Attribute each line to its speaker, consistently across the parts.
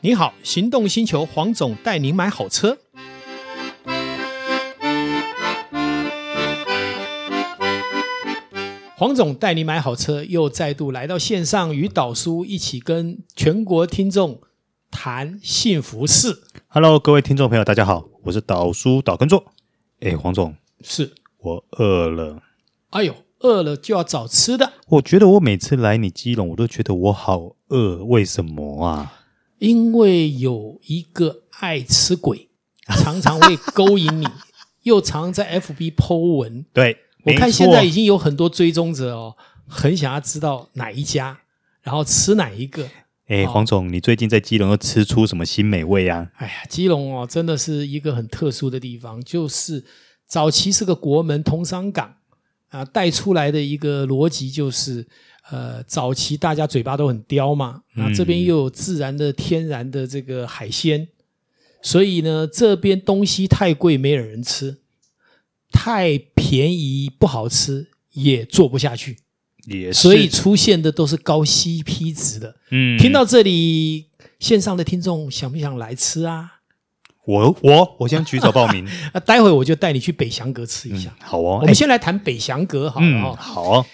Speaker 1: 你好，行动星球黄总带您买好车。黄总带您买好车，又再度来到线上，与导叔一起跟全国听众谈幸福事。
Speaker 2: Hello，各位听众朋友，大家好，我是导叔导根座。哎，黄总，
Speaker 1: 是，
Speaker 2: 我饿了。
Speaker 1: 哎呦，饿了就要找吃的，
Speaker 2: 我觉得我每次来你基隆，我都觉得我好饿，为什么啊？
Speaker 1: 因为有一个爱吃鬼，常常会勾引你，又常在 FB 剖文。
Speaker 2: 对，
Speaker 1: 我
Speaker 2: 没
Speaker 1: 看
Speaker 2: 错
Speaker 1: 现在已经有很多追踪者哦，很想要知道哪一家，然后吃哪一个。
Speaker 2: 哎，黄总，你最近在基隆又吃出什么新美味啊？
Speaker 1: 哎呀，基隆哦，真的是一个很特殊的地方，就是早期是个国门通商港啊，带出来的一个逻辑就是，呃，早期大家嘴巴都很刁嘛，啊，这边又有自然的、天然的这个海鲜，所以呢，这边东西太贵，没有人吃；太便宜不好吃，也做不下去，
Speaker 2: 也是，
Speaker 1: 所以出现的都是高 CP 值的。
Speaker 2: 嗯，
Speaker 1: 听到这里，线上的听众想不想来吃啊？
Speaker 2: 我我我先举手报名。
Speaker 1: 那待会我就带你去北翔阁吃一
Speaker 2: 嗯
Speaker 1: 下。
Speaker 2: 好哦，
Speaker 1: 我们先来谈北翔阁好了
Speaker 2: 嗯，
Speaker 1: 哈、
Speaker 2: 好哦，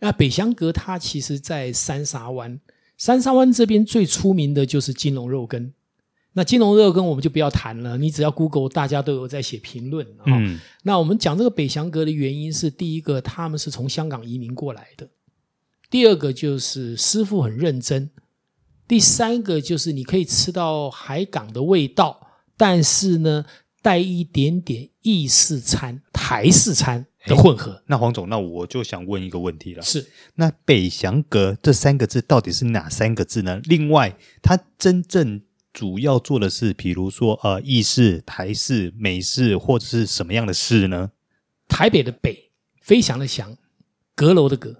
Speaker 1: 那北翔阁它其实在三沙湾，三沙湾这边最出名的就是金龙肉羹。那金龙肉羹我们就不要谈了，你只要 Google，大家都有在写评论啊、哦
Speaker 2: 嗯，
Speaker 1: 那我们讲这个北翔阁的原因是，第一个他们是从香港移民过来的，第二个就是师傅很认真，第三个就是你可以吃到海港的味道，但是呢带一点点意式餐、台式餐的混合。
Speaker 2: 那黄总，那我就想问一个问题了。
Speaker 1: 是
Speaker 2: 那北翔阁这三个字到底是哪三个字呢？另外，它真正主要做的是，比如说呃，意式、台式、美式，或者是什么样的式呢？
Speaker 1: 台北的北，飞翔的翔，阁楼的阁。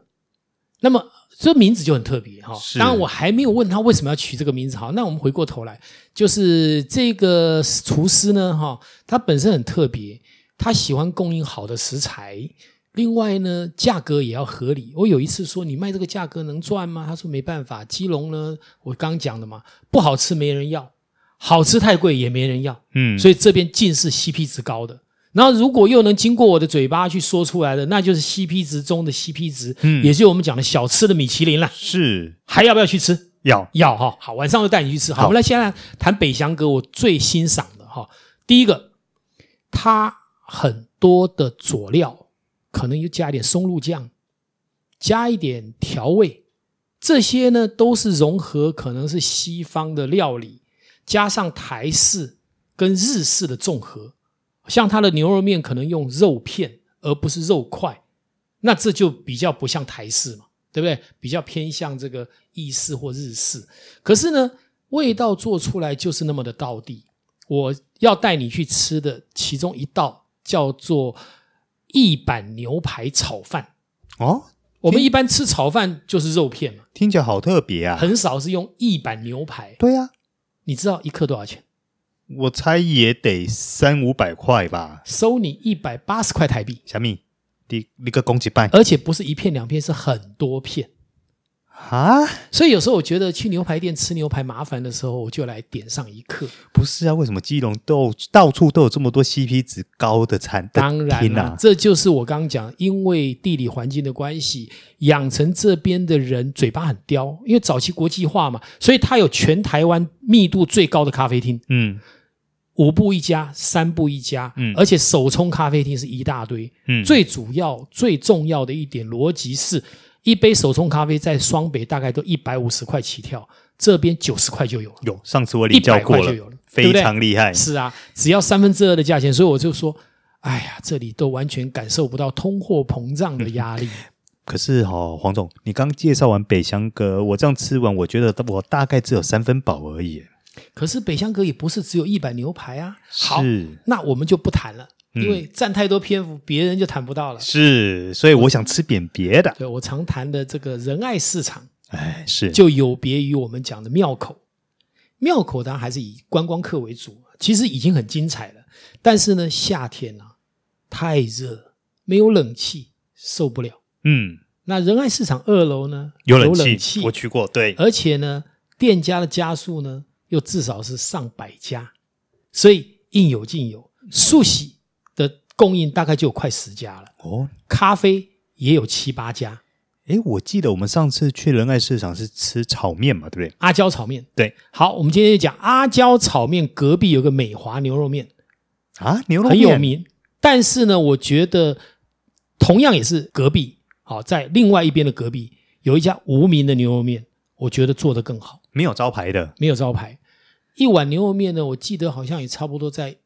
Speaker 1: 那么这名字就很特别哈、
Speaker 2: 是
Speaker 1: 当然，我还没有问他为什么要取这个名字。好，那我们回过头来，就是这个厨师呢，哈、他本身很特别，他喜欢供应好的食材。另外呢，价格也要合理。我有一次说你卖这个价格能赚吗？他说没办法，基隆呢，我刚讲的嘛，不好吃没人要，好吃太贵也没人要。
Speaker 2: 嗯，
Speaker 1: 所以这边尽是 CP 值高的。然后如果又能经过我的嘴巴去说出来的，那就是 CP 值中的 CP 值，
Speaker 2: 嗯
Speaker 1: 也就是我们讲的小吃的米其林了。
Speaker 2: 是
Speaker 1: 还要不要去吃？
Speaker 2: 要
Speaker 1: 要哈、好，晚上就带你去吃。好，
Speaker 2: 好
Speaker 1: 我们来先来谈北翔阁，我最欣赏的哈、第一个，它很多的佐料可能又加一点松露酱，加一点调味，这些呢都是融合可能是西方的料理，加上台式跟日式的综合。像它的牛肉面可能用肉片而不是肉块，那这就比较不像台式嘛，对不对？比较偏向这个意式或日式。可是呢，味道做出来就是那么的道地。我要带你去吃的其中一道叫做意板牛排炒饭。
Speaker 2: 哦，
Speaker 1: 我们一般吃炒饭就是肉片嘛，
Speaker 2: 听起来好特别啊。
Speaker 1: 很少是用意板牛排。
Speaker 2: 对啊，
Speaker 1: 你知道一克多少钱？
Speaker 2: 我猜也得三五百块吧。
Speaker 1: 收你一百八十块台币，
Speaker 2: 小米，你你个攻击拜
Speaker 1: 而且不是一片两片，是很多片。
Speaker 2: 啊？
Speaker 1: 所以有时候我觉得去牛排店吃牛排麻烦的时候，我就来点上一克。
Speaker 2: 不是啊，为什么基隆都到处都有这么多 CP 值高的餐？
Speaker 1: 当然
Speaker 2: 厅
Speaker 1: 啦、
Speaker 2: 啊，
Speaker 1: 这就是我刚刚讲，因为地理环境的关系，养成这边的人嘴巴很刁，因为早期国际化嘛，所以它有全台湾密度最高的咖啡厅，
Speaker 2: 嗯
Speaker 1: 五步一家，三步一家，
Speaker 2: 嗯
Speaker 1: 而且手冲咖啡厅是一大堆。
Speaker 2: 嗯，
Speaker 1: 最主要、最重要的一点逻辑是，一杯手冲咖啡在双北大概都一百五十块起跳，这边九十块就有了。
Speaker 2: 有上次我领教
Speaker 1: 100
Speaker 2: 过
Speaker 1: 块
Speaker 2: 了
Speaker 1: 就有了，对
Speaker 2: 非
Speaker 1: 不对
Speaker 2: 常厉害。
Speaker 1: 是啊，只要三分之二的价钱，所以我就说，哎呀，这里都完全感受不到通货膨胀的压力。
Speaker 2: 可是哦，黄总，你刚介绍完北香阁，我这样吃完，我觉得我大概只有三分饱而已。
Speaker 1: 可是北香阁也不是只有一百牛排啊。好，
Speaker 2: 是
Speaker 1: 那我们就不谈了，
Speaker 2: 嗯
Speaker 1: 因为占太多篇幅，别人就谈不到了。
Speaker 2: 是，所以我想吃点别的。
Speaker 1: 对我常谈的这个仁爱市场，
Speaker 2: 哎，是，
Speaker 1: 嗯就有别于我们讲的庙口。庙口当然还是以观光客为主，其实已经很精彩了。但是呢，夏天啊，太热了，没有冷气，受不了。
Speaker 2: 嗯，
Speaker 1: 那仁爱市场二楼呢，
Speaker 2: 有
Speaker 1: 冷嗯
Speaker 2: 冷气，我去过，对，
Speaker 1: 而且呢，店家的家数呢又至少是上百家，所以应有尽有。速洗的供应大概就有快十家了，
Speaker 2: 哦，
Speaker 1: 咖啡也有七八家，
Speaker 2: 诶，我记得我们上次去仁爱市场是吃炒面嘛，对不对？
Speaker 1: 阿胶炒面。
Speaker 2: 对
Speaker 1: 好，我们今天就讲阿胶炒面，隔壁有个美华牛肉面，
Speaker 2: 啊，牛肉
Speaker 1: 很
Speaker 2: 面
Speaker 1: 有名。但是呢，我觉得同样也是隔壁，好、在另外一边的隔壁有一家无名的牛肉面，我觉得做得更好，
Speaker 2: 没有招牌的
Speaker 1: 没有招牌。一碗牛肉面呢，我记得好像也差不多在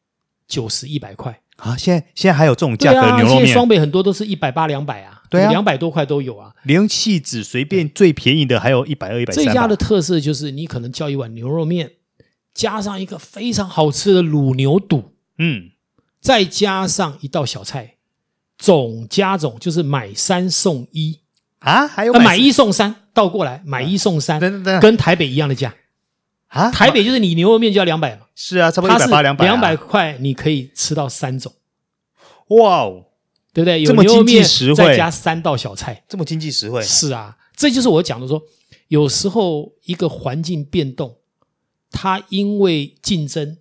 Speaker 1: 九十一百块。
Speaker 2: 啊，现在现在还有这种价
Speaker 1: 对
Speaker 2: 格的
Speaker 1: 啊，
Speaker 2: 牛肉
Speaker 1: 现在
Speaker 2: 面，
Speaker 1: 双北很多都是一百八、两百啊，
Speaker 2: 对啊
Speaker 1: 两百多块都有啊。
Speaker 2: 连气质随便最便宜的还有一百二、一百
Speaker 1: 这
Speaker 2: 三。
Speaker 1: 家的特色就是你可能叫一碗牛肉面，加上一个非常好吃的卤牛肚，
Speaker 2: 嗯，
Speaker 1: 再加上一道小菜，总加总就是买三送一，
Speaker 2: 啊，还有
Speaker 1: 呃，买一送三，倒过来买一送三，
Speaker 2: 等等等等
Speaker 1: 跟台北一样的 价。
Speaker 2: 啊，
Speaker 1: 台北就是你牛肉面就要两百嘛，
Speaker 2: 是啊，差不多
Speaker 1: 它
Speaker 2: 一百
Speaker 1: 是
Speaker 2: 八、两百、
Speaker 1: 两百，块，你可以吃到三种，
Speaker 2: 哇哦，
Speaker 1: 对不对？有
Speaker 2: 这么
Speaker 1: 牛肉
Speaker 2: 经济
Speaker 1: 面
Speaker 2: 实惠
Speaker 1: 再加三道小菜，
Speaker 2: 这么经济实惠
Speaker 1: 是啊，这就是我讲的说，有时候一个环境变动，它因为竞争，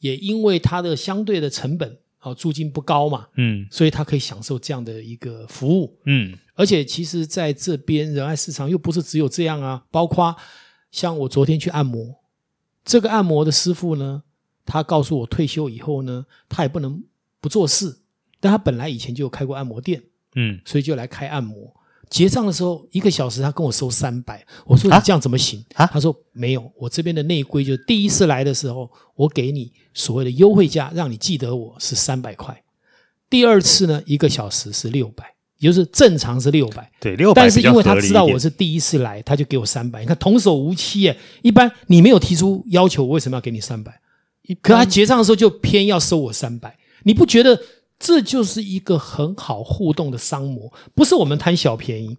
Speaker 1: 也因为它的相对的成本，啊，租金不高嘛，
Speaker 2: 嗯
Speaker 1: 所以它可以享受这样的一个服务。
Speaker 2: 嗯，
Speaker 1: 而且其实在这边仁爱市场又不是只有这样啊，包括像我昨天去按摩，这个按摩的师傅呢，他告诉我退休以后呢，他也不能不做事，但他本来以前就有开过按摩店，
Speaker 2: 嗯，
Speaker 1: 所以就来开按摩。结账的时候，一个小时他跟我收三百，我说你
Speaker 2: 啊
Speaker 1: 这样怎么行？
Speaker 2: 啊
Speaker 1: 他说没有，我这边的内规就是第一次来的时候，我给你所谓的优惠价，让你记得我是三百块。第二次呢，一个小时是六百，也就是正常是六百，
Speaker 2: 对，六百，
Speaker 1: 但是因为他知道我是第一次来，他就给我三百。你看童叟无欺耶，一般你没有提出要求，我为什么要给你三百？可他结账的时候就偏要收我三百，你不觉得这就是一个很好互动的商模？不是我们贪小便宜，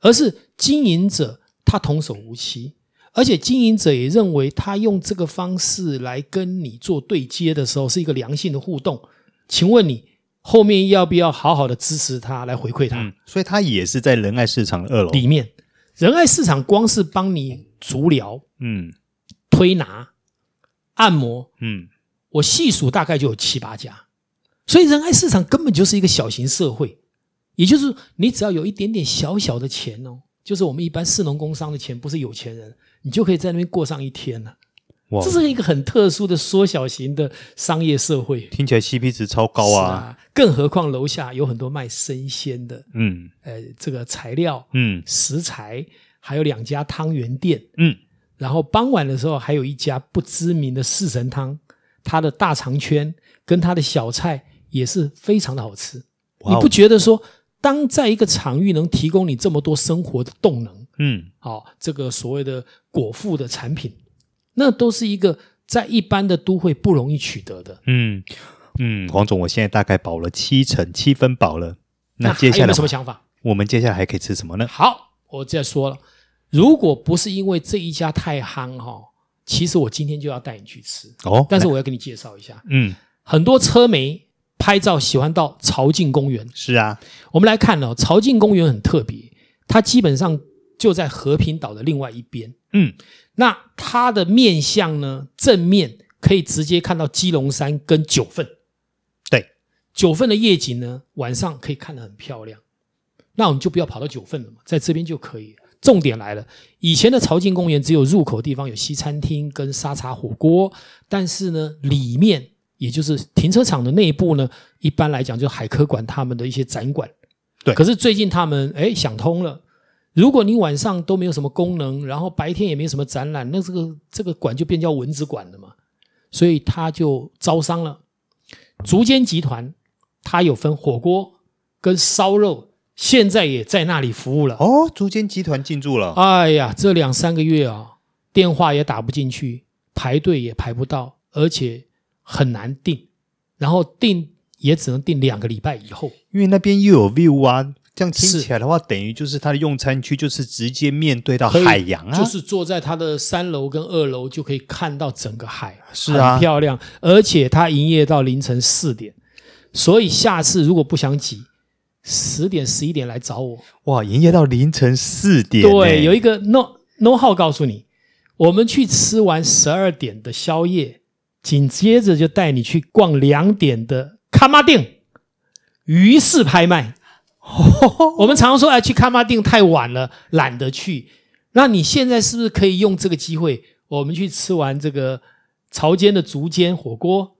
Speaker 1: 而是经营者他童叟无欺，而且经营者也认为他用这个方式来跟你做对接的时候是一个良性的互动。请问你后面要不要好好的支持他来回馈他？
Speaker 2: 嗯，所以他也是在仁爱市场二楼，
Speaker 1: 里面仁爱市场光是帮你足疗、
Speaker 2: 嗯
Speaker 1: 推拿、按摩，
Speaker 2: 嗯，
Speaker 1: 我细数大概就有七八家，所以仁爱市场根本就是一个小型社会，也就是你只要有一点点小小的钱哦，就是我们一般市农工商的钱，不是有钱人，你就可以在那边过上一天了。
Speaker 2: 哇
Speaker 1: 这是一个很特殊的缩小型的商业社会，
Speaker 2: 听起来 CP 值超高
Speaker 1: 是
Speaker 2: 啊，
Speaker 1: 啊！更何况楼下有很多卖生鲜的，
Speaker 2: 嗯
Speaker 1: 呃，这个材料、
Speaker 2: 嗯
Speaker 1: 食材，还有两家汤圆店，
Speaker 2: 嗯，
Speaker 1: 然后傍晚的时候还有一家不知名的四神汤，它的大肠圈跟它的小菜也是非常的好吃。
Speaker 2: 哇哦
Speaker 1: 你不觉得说，当在一个场域能提供你这么多生活的动能，
Speaker 2: 嗯
Speaker 1: 哦，这个所谓的果腹的产品，那都是一个在一般的都会不容易取得的。
Speaker 2: 嗯嗯，黄总，我现在大概饱了七成，七分饱了。那
Speaker 1: 那
Speaker 2: 接下
Speaker 1: 还有没
Speaker 2: 来
Speaker 1: 有什么想法？
Speaker 2: 我们接下来还可以吃什么呢？
Speaker 1: 好，我再说了，如果不是因为这一家太夯哈、哦，其实我今天就要带你去吃，
Speaker 2: 哦，
Speaker 1: 但是
Speaker 2: 来
Speaker 1: 我要给你介绍一下。
Speaker 2: 嗯，
Speaker 1: 很多车迷拍照喜欢到朝境公园。
Speaker 2: 是啊，
Speaker 1: 我们来看哦，朝境公园很特别，它基本上就在和平岛的另外一边。
Speaker 2: 嗯
Speaker 1: 那它的面向呢，正面可以直接看到基隆山跟九份。
Speaker 2: 对，
Speaker 1: 九份的夜景呢，晚上可以看得很漂亮。那我们就不要跑到九份了嘛，在这边就可以了。重点来了，以前的朝境公园只有入口地方有西餐厅跟沙茶火锅，但是呢，里面也就是停车场的内部呢，一般来讲就是海科馆他们的一些展馆。
Speaker 2: 对
Speaker 1: 可是最近他们哎想通了，如果你晚上都没有什么功能，然后白天也没什么展览，那这个这个馆就变叫蚊子馆了嘛，所以他就招商了。竹间集团它有分火锅跟烧肉，现在也在那里服务了。
Speaker 2: 哦，竹间集团进驻了，
Speaker 1: 哎呀，这两三个月啊，电话也打不进去，排队也排不到，而且很难订，然后订也只能订两个礼拜以后。
Speaker 2: 因为那边又有 view 啊，这样听
Speaker 1: 是
Speaker 2: 起来的话，等于就是它的用餐区就是直接面对到
Speaker 1: 可以
Speaker 2: 海洋啊，
Speaker 1: 就是坐在它的三楼跟二楼就可以看到整个海，
Speaker 2: 是啊
Speaker 1: 很漂亮。而且它营业到凌晨四点，所以下次如果不想挤，十点十一点来找我。
Speaker 2: 哇，营业到凌晨四点呢、欸
Speaker 1: 对，有一个 no no 号告诉你，我们去吃完十二点的宵夜，紧接着就带你去逛两点的卡玛店，鱼市拍卖。
Speaker 2: 哦
Speaker 1: 我们常说，哎，去卡玛店太晚了，懒得去。那你现在是不是可以用这个机会，我们去吃完这个潮间的竹间火锅，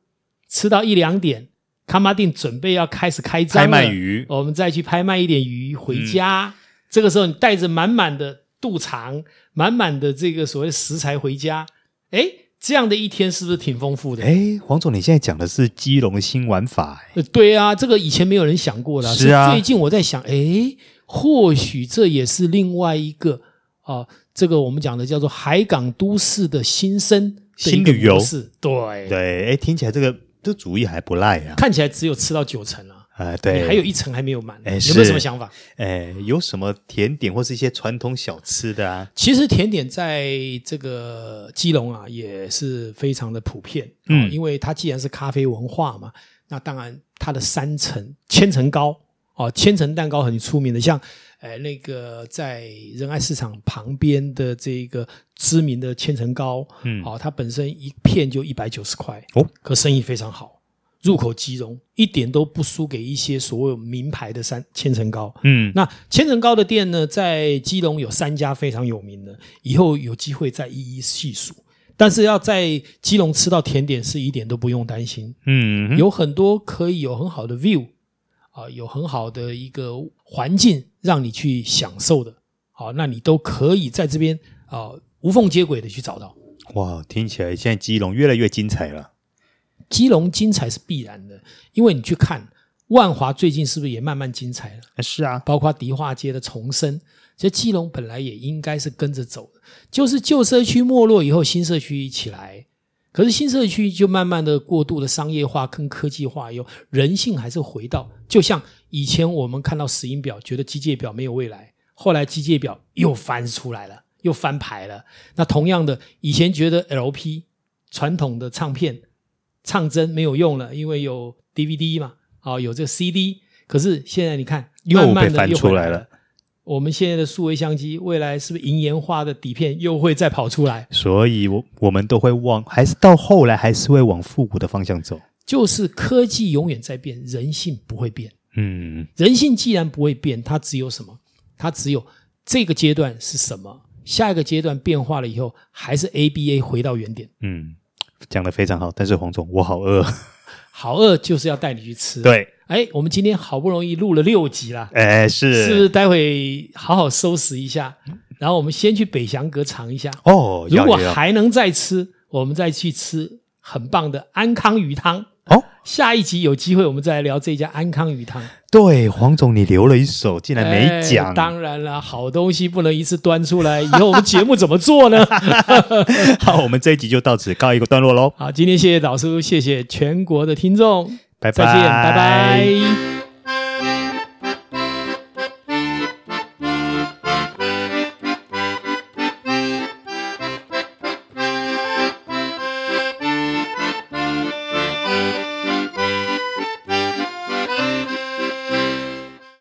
Speaker 1: 吃到一两点，卡玛店准备要开始开张
Speaker 2: 拍
Speaker 1: 了
Speaker 2: 卖鱼，
Speaker 1: 我们再去拍卖一点鱼
Speaker 2: 嗯
Speaker 1: 回家。这个时候，你带着满满的肚肠，满满的这个所谓食材回家，哎，这样的一天是不是挺丰富的？
Speaker 2: 哎，黄总，你现在讲的是基隆的新玩法，哎
Speaker 1: 呃对啊，这个以前没有人想过的、
Speaker 2: 是啊
Speaker 1: 所以最近我在想，哎，或许这也是另外一个啊、这个我们讲的叫做海港都市的新生的一
Speaker 2: 新
Speaker 1: 个
Speaker 2: 旅游
Speaker 1: 模式，对，
Speaker 2: 对，哎，听起来这个这主意还不赖啊，
Speaker 1: 看起来只有吃到九成了，
Speaker 2: 啊，
Speaker 1: 你
Speaker 2: 对，
Speaker 1: 还有一层还没有满，
Speaker 2: 哎
Speaker 1: 有没有
Speaker 2: 是
Speaker 1: 什么想法？
Speaker 2: 哎，有什么甜点或是一些传统小吃的啊？
Speaker 1: 其实甜点在这个基隆啊也是非常的普遍，
Speaker 2: 嗯
Speaker 1: 嗯，因为它既然是咖啡文化嘛，那当然它的三层千层糕哦，千层蛋糕很出名的，像呃那个在仁爱市场旁边的这个知名的千层糕，
Speaker 2: 嗯
Speaker 1: 哦，它本身一片就一百九十块
Speaker 2: 哦
Speaker 1: 可生意非常好，入口即溶，一点都不输给一些所谓名牌的三千层糕，
Speaker 2: 嗯，
Speaker 1: 那千层糕的店呢，在基隆有三家非常有名的，以后有机会再一一细数。但是要在基隆吃到甜点是一点都不用担心，
Speaker 2: 嗯哼
Speaker 1: 有很多可以有很好的 view 啊、有很好的一个环境让你去享受的，好、那你都可以在这边啊、无缝接轨的去找到。
Speaker 2: 哇，听起来现在基隆越来越精彩了。
Speaker 1: 基隆精彩是必然的，因为你去看万华最近是不是也慢慢精彩了？
Speaker 2: 是啊，
Speaker 1: 包括迪化街的重生，其实基隆本来也应该是跟着走的，就是旧社区没落以后，新社区一起来，可是新社区就慢慢的过度的商业化跟科技化以后，人性还是回到，就像以前我们看到石英表，觉得机械表没有未来，后来机械表又翻出来了，又翻牌了。那同样的，以前觉得 LP 传统的唱片唱针没有用了，因为有 DVD 嘛，啊、有这个 CD。可是现在你看，
Speaker 2: 又
Speaker 1: 慢慢
Speaker 2: 被
Speaker 1: 的
Speaker 2: 翻
Speaker 1: 又
Speaker 2: 出
Speaker 1: 回
Speaker 2: 来
Speaker 1: 来
Speaker 2: 了。
Speaker 1: 我们现在的数位相机，未来是不是银盐化的底片又会再跑出来？
Speaker 2: 所以我我们都会往，还是到后来还是会往复古的方向走。
Speaker 1: 就是科技永远在变，人性不会变。
Speaker 2: 嗯，
Speaker 1: 人性既然不会变，它只有什么？它只有这个阶段是什么？下一个阶段变化了以后，还是 ABA 回到原点。
Speaker 2: 嗯，讲的非常好，但是黄总，我好饿。
Speaker 1: 好饿就是要带你去吃。，
Speaker 2: 对，
Speaker 1: 哎，我们今天好不容易录了六集啦，
Speaker 2: 哎，是
Speaker 1: 是不是？待会好好收拾一下，然后我们先去北翔阁尝一下。
Speaker 2: 哦，
Speaker 1: 如
Speaker 2: 要
Speaker 1: 果
Speaker 2: 要
Speaker 1: 还能再吃，我们再去吃很棒的安康鱼汤。
Speaker 2: 哦，
Speaker 1: 下一集有机会我们再来聊这家安康鱼汤。
Speaker 2: 对，黄总你留了一手，竟然没
Speaker 1: 哎
Speaker 2: 讲，
Speaker 1: 当然了，好东西不能一次端出来，以后我们节目怎么做呢？
Speaker 2: 好，我们这一集就到此告一个段落喽，
Speaker 1: 好，今天谢谢导叔，谢谢全国的听众，
Speaker 2: 拜
Speaker 1: 再
Speaker 2: 拜，
Speaker 1: 见，拜拜